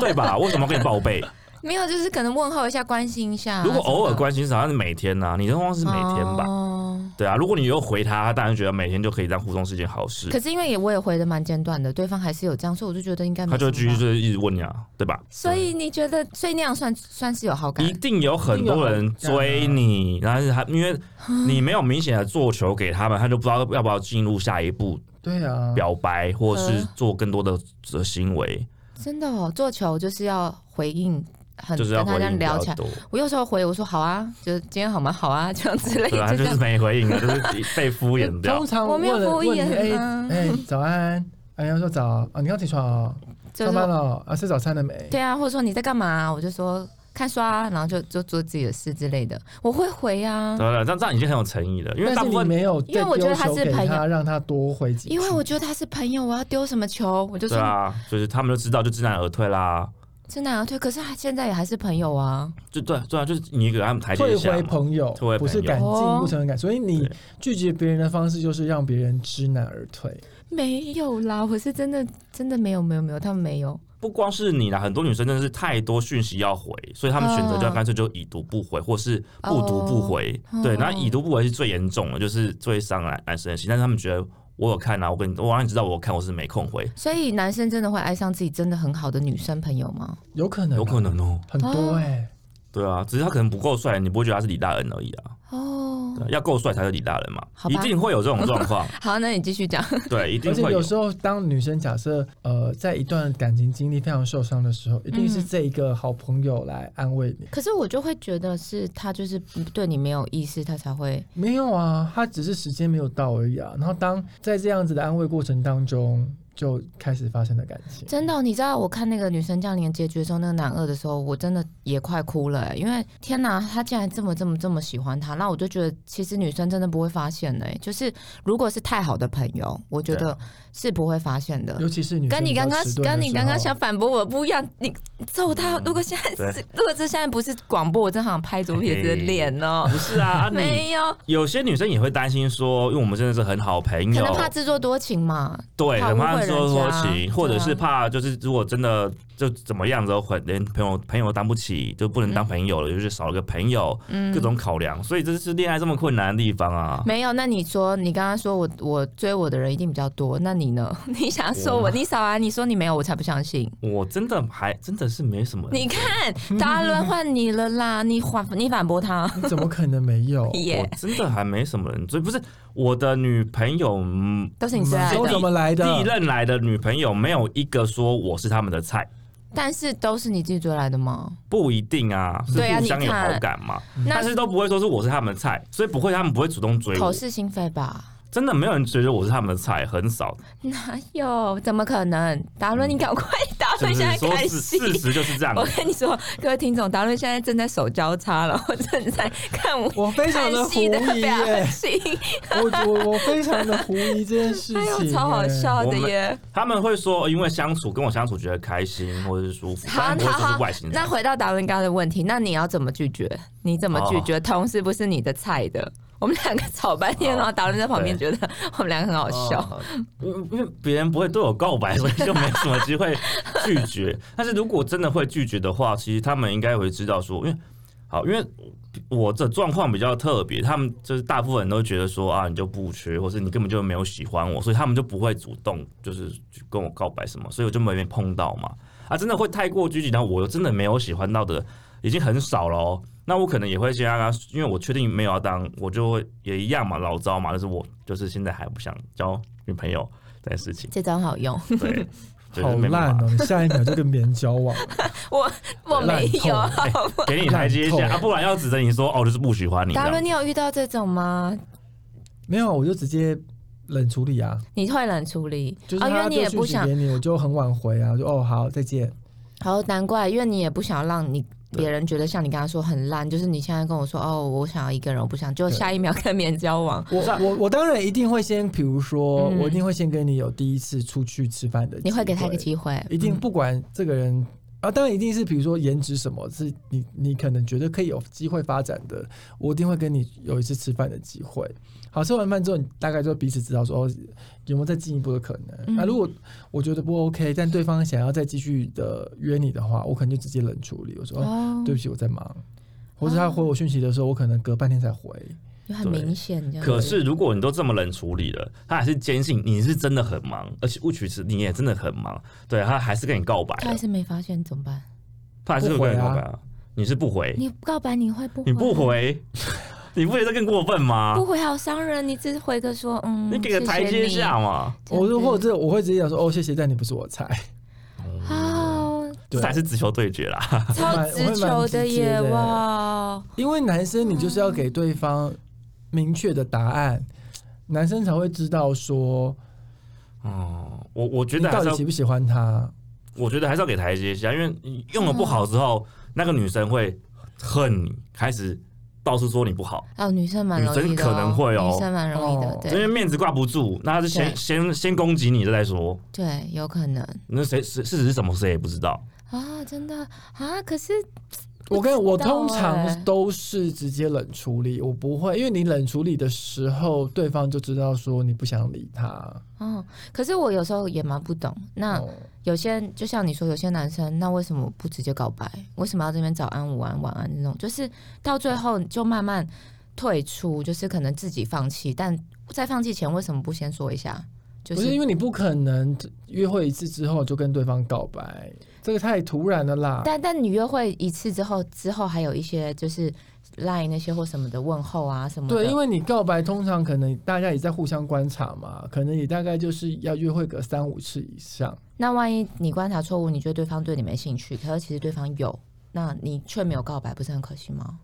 S2: 对吧？为什么要跟你报备？
S3: 没有，就是可能问候一下，关心一下啊。
S2: 如果偶尔
S3: 什么的
S2: 关心，好像是每天呐、啊，你的话是每天吧？
S3: 哦
S2: 对啊，如果你有回他，他当然觉得每天就可以这样互动是件好事，
S3: 可是因为也我也回的蛮简短的，对方还是有这样，所以我就觉得应该没
S2: 他就
S3: 什
S2: 继
S3: 么
S2: 续
S3: 吧
S2: 就是一直问你啊，对吧？
S3: 所以你觉得，所以那样算算是有好感
S2: 一？定有很多人追你，然后他因为你没有明显的做球给他们，他就不知道要不要进入下一步
S1: 对啊，
S2: 表白，或是做更多的呃行为，
S3: 真的哦，做球就是要回应很，
S2: 就是要
S3: 跟他
S2: 回
S3: 这样
S2: 应比
S3: 聊
S2: 较
S3: 起来。
S2: 多。
S3: 我有时候回我说好啊，就是今天好吗？好啊，这样之类
S2: 对啊，他
S3: 的，
S2: 就
S3: 这
S2: 是
S3: 样。
S2: 没回 应的，就是被敷衍掉
S1: 通。常
S3: 我没有
S1: 问了
S3: 敷
S1: 问你
S3: 衍
S1: 哎
S3: 啊
S1: 哎早安，哎要说早啊，你刚起床哦，
S3: 就
S1: 上
S3: 是
S1: 班了啊，吃早餐了没？
S3: 对啊，或者说你在干嘛、我就说看刷啊、然后就就做自己的事之类的。我会回啊，
S2: 对了，这样这样已经很有诚意了，因为
S1: 但
S2: 大
S1: 是
S2: 部
S1: 你
S2: 分
S1: 没有
S3: 因为
S1: 再
S3: 我觉
S1: 丢
S3: 得他
S1: 球
S3: 是
S1: 给
S3: 朋友
S1: 他，让他多回几次。
S3: 因为我觉得他是朋友，我要丢什么球，我就
S2: 对
S3: 说、
S2: 啊，就是他们就知道就知难而退啦。
S3: 知难而退。啊可是他现在也还是朋友啊，
S2: 就对对啊，就是你给他们台阶
S1: 退
S2: 下
S1: 回
S2: 嘛。
S1: 朋友
S2: 退回，
S1: 不是
S2: 朋友
S1: 感进
S3: 哦
S1: 不成感，所以你
S2: 对
S1: 拒绝别人的方式就是让别人知难而退。
S3: 没有啦，我是真的真的没有没有没有，他们没有。
S2: 不光是你啦，很多女生真的是太多讯息要回，所以她们选择就
S3: 嗯
S2: 干脆就已读不回，或是不读不回。
S3: 哦
S2: 对，
S3: 嗯
S2: 那已读不回是最严重的，就是最伤男男生的心。但是他们觉得我有看啊，我跟你，我让你知道我有看，我是没空回，
S3: 所以男生真的会爱上自己真的很好的女生朋友吗？
S1: 有可能啊，
S2: 有可能哦、
S1: 很多
S3: 哦
S1: 哎、
S2: 对啊，只是他可能不够帅，你不会觉得他是李大人而已啊。
S3: 哦，
S2: 对要够帅才是李大人嘛，
S3: 好
S2: 一
S3: 吧
S2: 定会有这种状 况。
S3: 好，那你继续讲。
S2: 对，一定
S1: 而且
S2: 会有
S1: 有。时候，当女生假设呃，在一段感情经历非常受伤的时候，一定是
S3: 嗯
S1: 这一个好朋友来安慰你。
S3: 可是我就会觉得是他就是对你没有意思，他才会
S1: 没有啊，他只是时间没有到而已啊。然后当在这样子的安慰过程当中，就开始发生了感情。
S3: 真的哦、你知道我看那个女生降临结局的时候，那个男二的时候，我真的也快哭了、欸因为天哪，他竟然这么这么这么喜欢他，那我就觉得其实女生真的不会发现的、欸就是如果是太好的朋友，我觉
S2: 对
S3: 得是不会发现的。
S1: 尤其是女生
S3: 跟你
S1: 比较
S3: 刚刚
S1: 迟钝的
S3: 跟你
S1: 时
S3: 刚刚
S1: 候
S3: 想反驳我不一样，你揍他！
S2: 嗯
S3: 如果现在是
S2: 对
S3: 如果这现在不是广播，我真想拍左撇子的脸哦。
S2: 不是啊，啊你
S3: 没有，
S2: 有些女生也会担心说，因为我们真的是很好朋
S3: 可
S2: 友
S3: 能，怕自作多情嘛。
S2: 对，
S3: 怕
S2: 很
S3: 误
S2: 怕
S3: 会
S2: 说
S3: 人
S2: 说
S3: 家
S2: 情，或者
S3: 对啊
S2: 是怕就是如果真的就怎么样之后，很连朋友朋友当不起，就不能当朋友了，就是少了个朋友，
S3: 嗯
S2: 各，种考量，所以这是恋爱这么困难的地方啊。
S3: 没有。那你说，你刚刚说我我追我的人一定比较多，那你呢？ 你想说我？你少啊？你说你没有，我才不相信。
S2: 我真的还真的是没什么，
S3: 你看，
S2: 嗯
S3: 达伦换你了啦！你反 你反驳他？
S1: 你 怎么可能没有
S3: 耶
S2: 我，真的还没什么人追，不是我的女朋友，嗯
S3: 都 是你最爱
S1: 都
S3: 的
S1: 怎，么来的？
S2: 历任来的女朋友没有一个说我是他们的菜，
S3: 但是都是你自己追来的吗？
S2: 不一定啊，是
S3: 对啊
S2: 互相
S3: 你
S2: 有
S3: 看
S2: 好感嘛，
S3: 那
S2: 嗯但是都不会说是我是他们的菜，所以不会，他们不会主动追
S3: 口
S2: 我，
S3: 是心非吧？
S2: 真的没有人觉得我是他们的菜，很 少，
S3: 哪有？怎么可能？达伦，你赶快，达
S2: 是
S3: 伦
S2: 不
S3: 现
S2: 是？
S3: 在
S2: 说
S3: 开
S2: 事
S3: 戏。
S2: 事实就是这样
S3: 我，跟你说，各位听众，达伦现在正在手交叉了，我正在看我
S1: 我非常的
S3: 看
S1: 狐
S3: 戏的
S1: 疑
S3: 表
S1: 耶、
S3: 情，
S1: 我我我非常的狐疑这件事情
S3: 哎
S1: 耶、
S3: 呦，超好笑的
S2: 我们
S3: 耶！
S2: 他们会说因为相处跟我相处觉得开心或者是舒服，
S3: 好
S2: 但不会
S3: 好
S2: 说
S3: 好
S2: 是外形
S3: 那
S2: 上。
S3: 回到达伦刚刚的问题，那你要怎么拒绝？你怎么拒
S2: 啊
S3: 绝？同事不是你的菜的。我们两个吵半天，
S2: 哦
S3: 然后达伦在旁边觉得 我们两个很好笑。。
S2: 哦因为别人不会对我告白， 所以就没什么机会拒绝。 但是如果真的会拒绝的话，其实他们应该会知道说，因为好，因为我这状况比较特别，他们就是大部分人都觉得说啊，你就不缺，或是你根本就没有喜欢我，所以他们就不会主动就是去跟我告白什么，所以我就没被碰到嘛。啊，真的会太过拘谨，然后我又真的没有喜欢到的，已经很少了哦。那我可能也会先让他，因为我确定没有要当，我就会也一样嘛，老招嘛，就是我就是现在还不想交女朋友这件事 情
S3: 这招好用，
S2: 对，就是
S1: 好
S2: 没办
S1: 烂
S2: 法
S1: 哦！你下一秒就跟别人交往，
S3: 我没有，
S1: 烂
S3: 好不好
S2: 给你台阶
S1: 烂
S2: 下
S1: 透
S2: 啊，不然要指着你说哦，我就是不喜欢你这
S3: 达
S2: 样。
S3: 伦，你有遇到这种吗？
S1: 没有我就直接冷处理啊，
S3: 你会冷处理
S1: 就是
S3: 啊、因为
S1: 他
S3: 你
S1: 丢
S3: 也
S1: 讯
S3: 不
S1: 息
S3: 想，
S1: 给你，我就很晚回啊，我就哦好再见，
S3: 好难怪，因为你也不想让你别人觉得像你刚刚说很烂，就是你现在跟我说哦，我想要一个人，我不想，就
S1: 对
S3: 下一秒跟别人交往，
S1: 我我我当然一定会先，比如说、
S3: 啊嗯
S1: 我一定会先跟你有第一次出去吃饭的，
S3: 你会给他一个，机会，
S1: 一定
S3: 嗯
S1: 不管这个人。啊，当然一定是，比如说颜值什么，是你你可能觉得可以有机会发展的，我一定会跟你有一次吃饭的机会。好，吃完饭之后，你大概就彼此知道说、哦、有没有再进一步的可能。那、
S3: 嗯
S1: 如果我觉得不 OK，但对方想要再继续的约你的话，我可能就直接冷处理，我说、哦、
S3: 哦，
S1: 对不起，我在忙，或者他回我讯息的时候，我可能隔半天才回。
S3: 就很明显这样。
S2: 可是如果你都这么冷处理了，他还是坚信你是真的很忙，而且不取是你也真的很忙，对他还是跟你告白
S3: 他
S2: 了
S3: 还，是没发现怎么办？
S2: 他还是会跟你告白啊，你是不回，
S3: 你告白你会不回？
S2: 你 不回，你不觉得更过分吗
S3: 不？回好伤人，你只回个说嗯，
S2: 你给个台
S3: 谢
S2: 阶
S3: 谢你
S2: 下嘛，
S1: 我
S3: 真
S1: 就
S3: 的
S1: 或者我会直接讲说哦，谢谢，但你不是我菜。
S3: 啊好
S2: 这
S1: 嗯对，啊
S2: 才是直啊球对决啦。
S3: 超直球的耶
S1: 我会蛮直接的
S3: 哇！
S1: 因为男生你就是要
S3: 嗯
S1: 给对方明确的答案，男生才会知道说
S2: 哦，我我觉
S1: 你
S2: 得还
S1: 到
S2: 是
S1: 底
S2: 要
S1: 喜不喜欢他。
S2: 我觉得还是要给台阶下，因为你用
S3: 嗯
S2: 的不好之后，那个女生会恨你，开始到处说你不好，
S3: 哦，女生蛮容易的、哦，
S2: 女生可能会哦
S3: 女生蛮容易的，
S1: 哦
S2: 因为
S3: 对
S2: 面子挂不住，那她就先
S3: 对
S2: 先先攻击你再说。
S3: 对，有可能
S2: 那谁事事实是什么，谁也不知道。
S3: 啊，真的啊，可是
S1: 我跟我通
S3: 欸
S1: 常都是直接冷处理，我不会，因为你冷处理的时候，对方就知道说你不想理他。
S3: 哦，可是我有时候也蛮不懂，那
S1: 哦
S3: 有些人就像你说，有些男生那为什么不直接告白？为什么要这边早安、午安、晚安那种？就是到最后就慢慢退出，就是可能自己放弃，但在放弃前为什么不先说一下？就
S1: 不是因为你不可能约会一次之后就跟对方告白，这个太突然了啦。
S3: 但但你约会一次之后，之后还有一些就是 line 那些或什么的问候啊什么
S2: 嗯
S3: 的。
S1: 对，因为你告白通常可能大家也在互相观察嘛，可能也大概就是要约会个三五次以上。
S3: 那万一你观察错误，你觉得对方对你没兴趣，可是其实对方有，那你却没有告白，不是很可惜吗？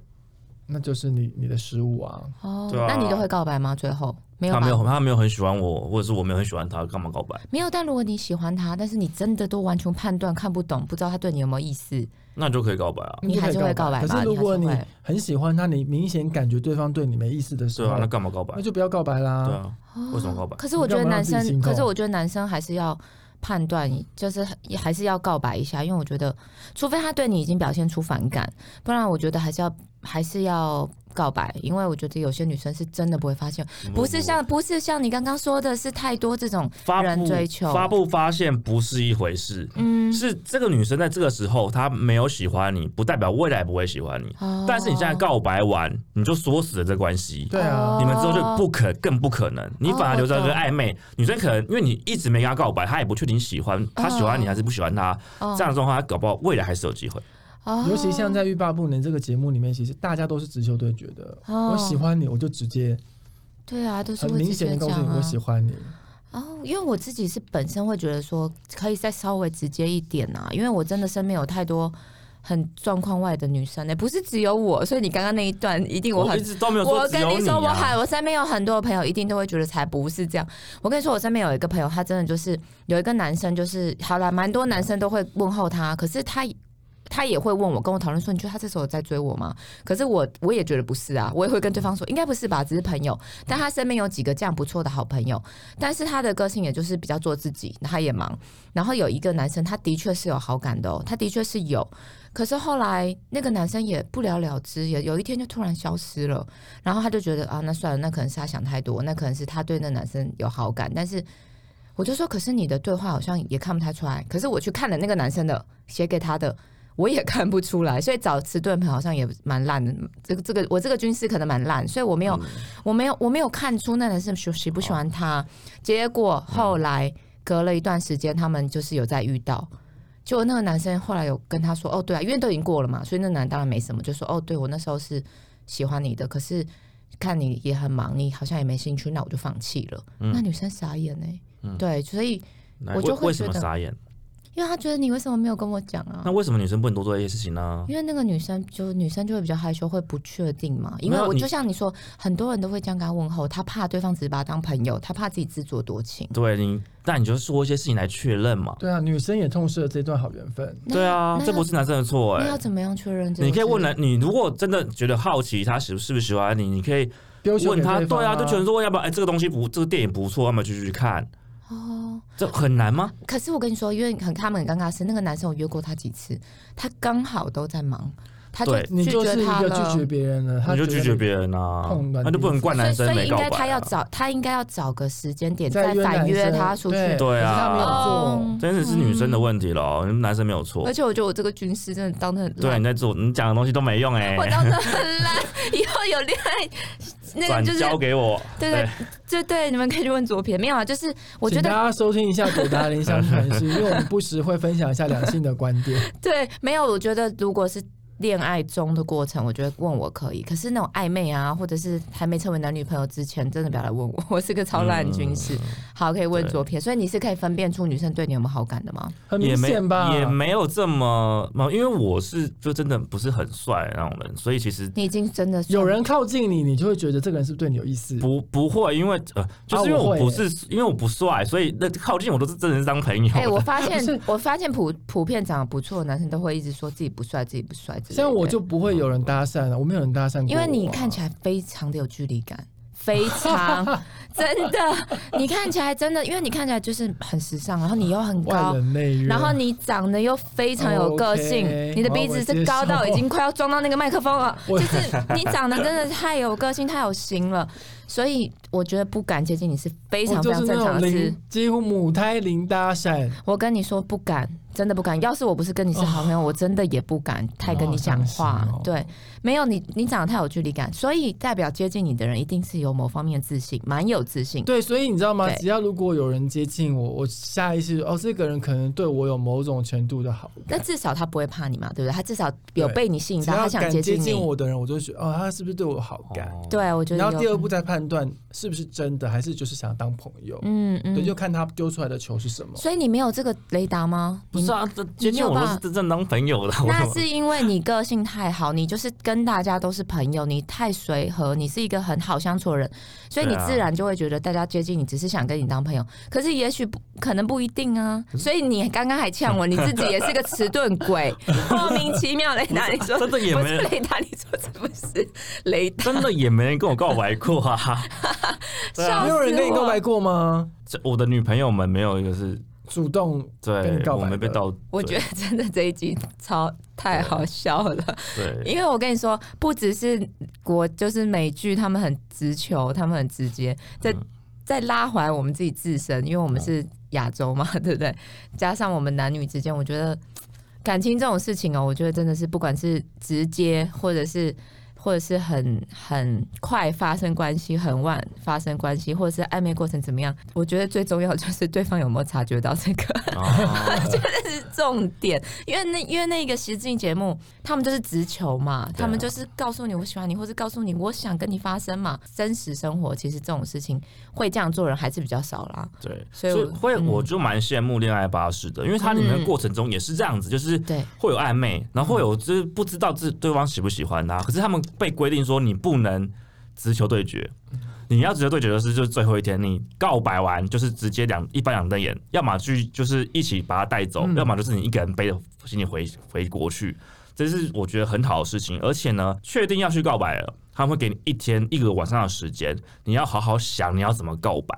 S1: 那就是你你的失误啊，
S3: 哦，
S2: 对啊
S3: 那你都会告白吗？最后没有
S2: 他
S3: 吧？
S2: 没有，他没有很喜欢我，或者是我没有很喜欢他，干嘛告白？
S3: 没有但如果你喜欢他，但是你真的都完全判断看不懂，不知道他对你有没有意思，
S2: 那就可以告白啊。
S1: 那就
S3: 你还是
S1: 可以
S3: 会
S1: 告
S3: 告白吧
S1: 可是如果
S3: 你
S1: 你
S3: 还是会
S1: 很喜欢他，你明显感觉对方对你没意思的时
S2: 对
S1: 候，
S2: 啊，
S3: 嗯
S2: 那干嘛告白
S1: 那？就不要告白啦。
S2: 对啊，为什么告白？
S3: 哦可是我觉得男
S1: 你干嘛让自己
S3: 生，
S1: 心痛
S3: 可是我觉得男生还是要判断，就是也还是要告白一下，因为我觉得，除非他对你已经表现出反感，不然我觉得还是要还是要告白，因为我觉得有些女生是真的不会发现，
S1: 嗯
S3: 不是像不是像你刚刚说的是太多这种
S2: 发
S3: 人
S2: 布
S3: 追求
S2: 发不发现不是一回事，
S3: 嗯，
S2: 是这个女生在这个时候她没有喜欢你，不代表未来不会喜欢你。
S3: 哦
S2: 但是你现在告白完，你就锁死了这关系。
S1: 对啊，
S3: 哦
S2: 你们之后就不可，更不可能。你反而留着一个暧昧，女生可能因为你一直没跟她告白，她也不确定喜欢，她喜欢你还是不喜欢她。
S3: 哦
S2: 这样的状况，她搞不好未来还是有机会。
S3: 哦
S1: 尤其像在《欲罢不能》这个节目里面，其实大家都是直球对决的。
S3: 哦
S1: 我喜欢你，我就直接
S3: 对啊，都是
S1: 很
S3: 会
S1: 明
S3: 直
S1: 显的
S3: 接
S1: 告
S3: 讲
S1: 诉你
S3: 啊
S1: 我喜欢你。
S3: 哦，因为我自己是本身会觉得说，可以再稍微直接一点啊，因为我真的身边有太多很状况外的女生呢、不是只有我，所以你刚刚那一段一定我
S2: 我
S3: 很
S2: 一。直都没有
S3: 我
S2: 说只
S3: 跟
S2: 有
S3: 你说，我
S2: 啊
S3: 很，。我身边有很多朋友，一定都会觉得才不是这样。我跟你说，我身边有一个朋友，他真的就是有一个男生，就是好了，蛮多男生都会问候他，可是他他也会问我，跟我讨论说，你觉得他这时候有在追我吗？可是我我也觉得不是啊，我也会跟对方说，应该不是吧，只是朋友。但他身边有几个这样不错的好朋友，但是他的个性也就是比较做自己，他也忙。然后有一个男生，他的确是有好感的哦，他的确是有。可是后来那个男生也不了了之，也有一天就突然消失了。然后他就觉得啊，那算了，那可能是他想太多，那可能是他对那男生有好感。但是我就说，可是你的对话好像也看不太出来。可是我去看了那个男生的写给他的，我也 看不出来。所以找迟钝朋友好像也蛮烂的。这个这个我这个军师可能蛮烂，所以我没有、我没有我没有看出那男生喜喜不喜欢他。结果后来隔了一段时间，他们就是有在遇到。结果那个男生后来有跟他说：“哦，对啊，因为都已经过了嘛，所以那男的当然没什么，就说哦，对我那时候是喜欢你的，可是看你也很忙，你好像也没兴趣，那我就放弃了。那女生傻眼呢、欸
S2: 嗯
S3: 对，所以
S2: 来
S3: 我就
S2: 为
S3: 会
S2: 为什么
S3: 觉得嗯
S2: 傻眼？
S3: 因为他觉得你为什么没有跟我讲啊
S2: 那？为什么女生不能多做一些事情呢？
S3: 因为那个女生就女生就会比较害羞，会不确定嘛。因为
S2: 没有
S3: 我
S2: 你
S3: 就像你说，很多人都会这样跟他问候，他怕对方只是把他当朋友，他怕自己自作多情。
S2: 对你，那你就说一些事情来确认嘛。
S1: 对啊，女生也痛失了这段好缘分。
S3: 那
S2: 对啊
S3: 那，
S2: 这
S3: 要
S2: 不是男生的错哎、
S3: 那要怎么样确认这个是？
S2: 你可以问人，你如果真的觉得好奇他喜是不是喜欢你，你可以
S1: 丢球
S2: 问
S1: 给
S2: 他，
S1: 方
S2: 对啊，就全说要不要？哎、这个东西不，这个电影不错，要不要继续看？
S3: 哦。
S2: 这很难吗？
S3: 可是我跟你说，因为很他们很尴尬的是，那个男生我约过他几次，他刚好都在忙，他就
S2: 对
S1: 你
S3: 拒
S1: 就是
S3: 绝
S1: 一
S3: 他
S1: 个
S3: 了。
S1: 拒绝别人了，他
S2: 你就拒绝别
S1: 人。
S2: 人啊
S1: 碰，软
S2: 那就不能怪男
S3: 所以
S2: 生
S3: 所以
S2: 没
S3: 应
S2: 告
S3: 该
S2: 白、
S3: 他要
S2: 啊。
S3: 找他应该要找个时间点
S1: 再
S3: 再
S1: 约
S3: 反
S1: 男
S3: 约
S1: 生
S3: 他出去。
S2: 对啊
S1: 可是他没有做。
S3: 哦
S2: 真的是女生的问题喽，男生没有错
S3: 而。且我觉得我这个军师真的当的很烂
S2: 对，你在做，你讲的东西都没用哎、
S3: 我当的很烂，以后有恋爱那
S2: 转
S3: 个就是
S2: 交给我。
S3: 对对就对，你们可以去问左撇，没有啊，就是我觉
S1: 请大
S3: 得
S1: 家收听一下《左达林相谈 室》，因为我们不时会分享一下两性的观点。
S3: 对，没有，我觉得如果是。恋爱中的过程，我觉得问我可以，可是那种暧昧啊，或者是还没成为男女朋友之前，真的不要来问我， 我是个超烂的军师。好，可以问
S2: 嗯对
S3: 左撇，所以你是可以分辨出女生对你有没有好感的吗？
S1: 很
S2: 也
S1: 明
S2: 没
S1: 显吧？
S2: 也没有这么，因为我是就真的不是很帅的那种人，所以其实
S3: 你已经真的算
S1: 有人靠近你，你就会觉得这个人是不是对你有意思？
S2: 不不会，因为呃，就是因为
S1: 啊我
S2: 我
S1: 会
S2: 不是、因为我不帅，所以那靠近我都是真人当朋友的。
S3: 哎、我发
S1: 不
S3: 现
S1: 是，
S3: 我发现普普遍长得不错的男生都会一直说自己不帅，自己不帅之类的。
S1: 像我就不会有人搭讪了，我没有人搭讪过我啊。
S3: 因为你看起来非常的有距离感，非 常真的，你看起来真的，因为你看起来就是很时尚，然后你又很
S1: 外
S3: 高。
S1: 冷内热，
S3: 然后你长得又非常有个性
S1: 哦 OK，
S3: 你的鼻子是高
S1: 好我
S3: 到
S1: 接
S3: 已
S1: 受
S3: 经快要撞到那个麦克风了，
S1: 我
S3: 就是你长得真的太有个性、太有型了，所以我觉得不敢接近你是非
S1: 我
S3: 常非
S1: 就
S3: 常
S1: 是
S3: 正
S1: 那
S3: 常
S1: 种
S3: 的嗯事
S1: 零。，几乎母胎零搭讪。
S3: 我跟你说不敢，真的不敢。要是我不是跟你是好朋友，我真的也不敢太跟你讲
S1: 好
S3: 话。
S1: 哦伤心哦
S3: 对，没有你，你长得太有距离感，所以代表接近你的人一定是有某方面的自信，蛮有自信。
S1: 对，所以你知道吗？
S3: 对
S1: 只要如果有人接近我，我下意识哦，这个人可能对我有某种程度的好
S3: 那
S1: 感。
S3: 至少他不会怕你嘛，对不对？他至少有
S1: 对
S3: 被你吸引
S1: 只
S3: 到，
S1: 要
S3: 他想
S1: 敢
S3: 接
S1: 接近
S3: 你。
S1: 我的人，我就会觉得哦，他是不是对我有好感？
S2: 哦，
S3: 对，啊我觉得
S1: 然后
S3: 有
S1: 第二步，再判断是不是真的，还是就是想当朋友。
S3: 嗯
S1: 对，就
S3: 嗯，
S1: 看他丢出来的球是什么。
S3: 所以你没有这个雷达吗？
S2: 不是啊，这接近我都是真正当朋友的。
S3: 那
S2: 我
S3: 是因为你个性太好，你就是跟大家都是朋友，你太随和，你是一个很好相处的人，所以你
S2: 对啊
S3: 自然就会觉得大家接近你只是想跟你当朋友。可是也许不可能不一定啊，所以你刚刚还呛我，你自己也是个迟钝 鬼，莫名其妙雷达，你说
S2: 真的也
S3: 不
S2: 没
S3: 是
S2: 人，
S3: 雷达，你说是不是雷达？
S2: 真的也没人跟我告白过 啊。对啊
S3: 笑
S1: 没有人跟你告白过吗？
S2: 这我的女朋友们没有一个是
S1: 主动跟
S2: 对
S1: 你告，白
S2: 我没被
S1: 的
S2: 到。
S3: 我觉得真的这一集超太好笑了。
S2: 对对
S3: 因为我跟你说，不只是国，就是美剧，他们很直球，他们很直接，在、
S2: 嗯
S3: 在拉回我们自己自身，因为我们是亚洲嘛， 对不对？加上我们男女之间，我觉得嘖感情这种事情哦，我觉得真的是不管是直接，或者是或者是很很快发生关系，很晚发生关系，或者是暧昧过程怎么样，我觉得最重要就是对方有没有察觉到这个。
S2: 啊
S3: 这是重点，因为那因为那个实境节目，他们就是直球嘛，他们就是告诉你我喜欢你，或是告诉你我想跟你发生嘛。真实生活其实这种事情会这样做人还是比较少啦。
S2: 对，所
S3: 所以
S2: 以
S3: 我
S2: 会
S3: 嗯
S2: 我就蛮羡慕恋爱巴士的，因为它里面的过程中也是这样子，就是
S3: 对嗯
S2: 会有暧昧，然后会有就是不知道这对方喜不喜欢他，可是他们被规定说你不能直球对决。
S3: 嗯
S2: 你要直球对决的是，就是最后一天，你告白完就是直接两一般两瞪眼，要么去就是一起把他带走，
S1: 嗯
S2: 要么就是你一个人背着行李回回国去，这是我觉得很好的事情。而且呢，确定要去告白了，他们会给你一天一个晚上的时间，你要好好想你要怎么告白。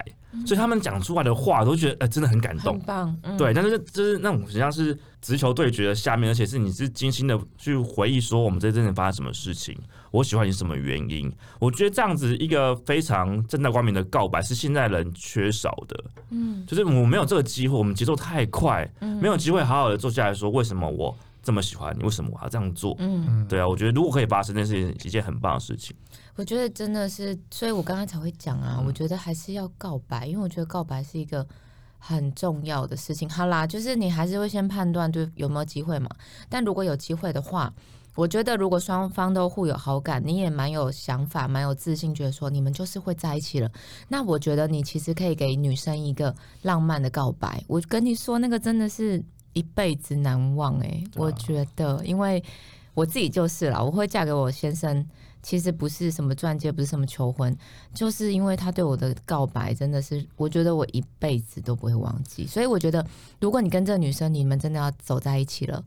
S2: 所以他们讲出来的话，我都觉得呃真的很感动
S3: 很。棒，嗯，
S2: 对，但是就是那种很像是直球对决的下面，而且是你是精心的去回忆说我们这阵子发生什么事情，我喜欢你是什么原因。我觉得这样子一个非常正大光明的告白是现在人缺少的，
S3: 嗯
S2: 就是我们没有这个机会，我们节奏太快，没有机会好好的坐下来说为什么我这么喜欢你，为什么我要这样做。
S3: 嗯，
S2: 对啊，我觉得如果可以发生，那是一件很棒的事情。
S3: 我觉得真的是，所以我刚刚才会讲啊，我觉得还是要告白，因为我觉得告白是一个。很重要的事情，好啦，就是你还是会先判断对有没有机会嘛。但如果有机会的话，我觉得如果双方都互有好感，你也蛮有想法，蛮有自信，觉得说你们就是会在一起了。那我觉得你其实可以给女生一个浪漫的告白。我跟你说，那个真的是一辈子难忘哎、我觉得，因为我自己就是啦，我会嫁给我先生，其实不是什么钻戒，不是什么求婚，就是因为他对我的告白真的是，我觉得我一辈子都不会忘记。所以我觉得，如果你跟这个女生，你们真的要走在一起了，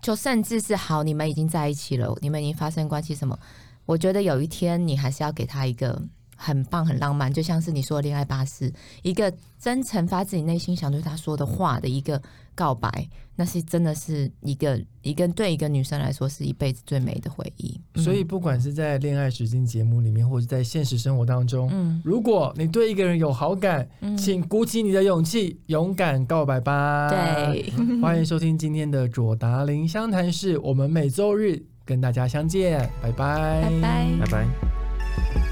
S3: 就甚至是好，你们已经在一起了，你们已经发生关系什么，我觉得有一天你还是要给他一个。很棒，很浪漫，就像是你说的恋爱巴士，一个真诚发自你内心想对他说的话的一个告白，那是真的是一个一个对一个女生来说是一辈子最美的回忆。嗯
S1: 所以，不管是在恋爱实境节目里面，或者在现实生活当中，
S3: 嗯
S1: 如果你对一个人有好感，
S3: 嗯
S1: 请鼓起你的勇气，勇敢告白吧。，
S3: 对，
S1: 欢迎收听今天的左达林湘潭市，我们每周日跟大家相见，拜拜，
S3: 拜拜。
S2: 拜拜。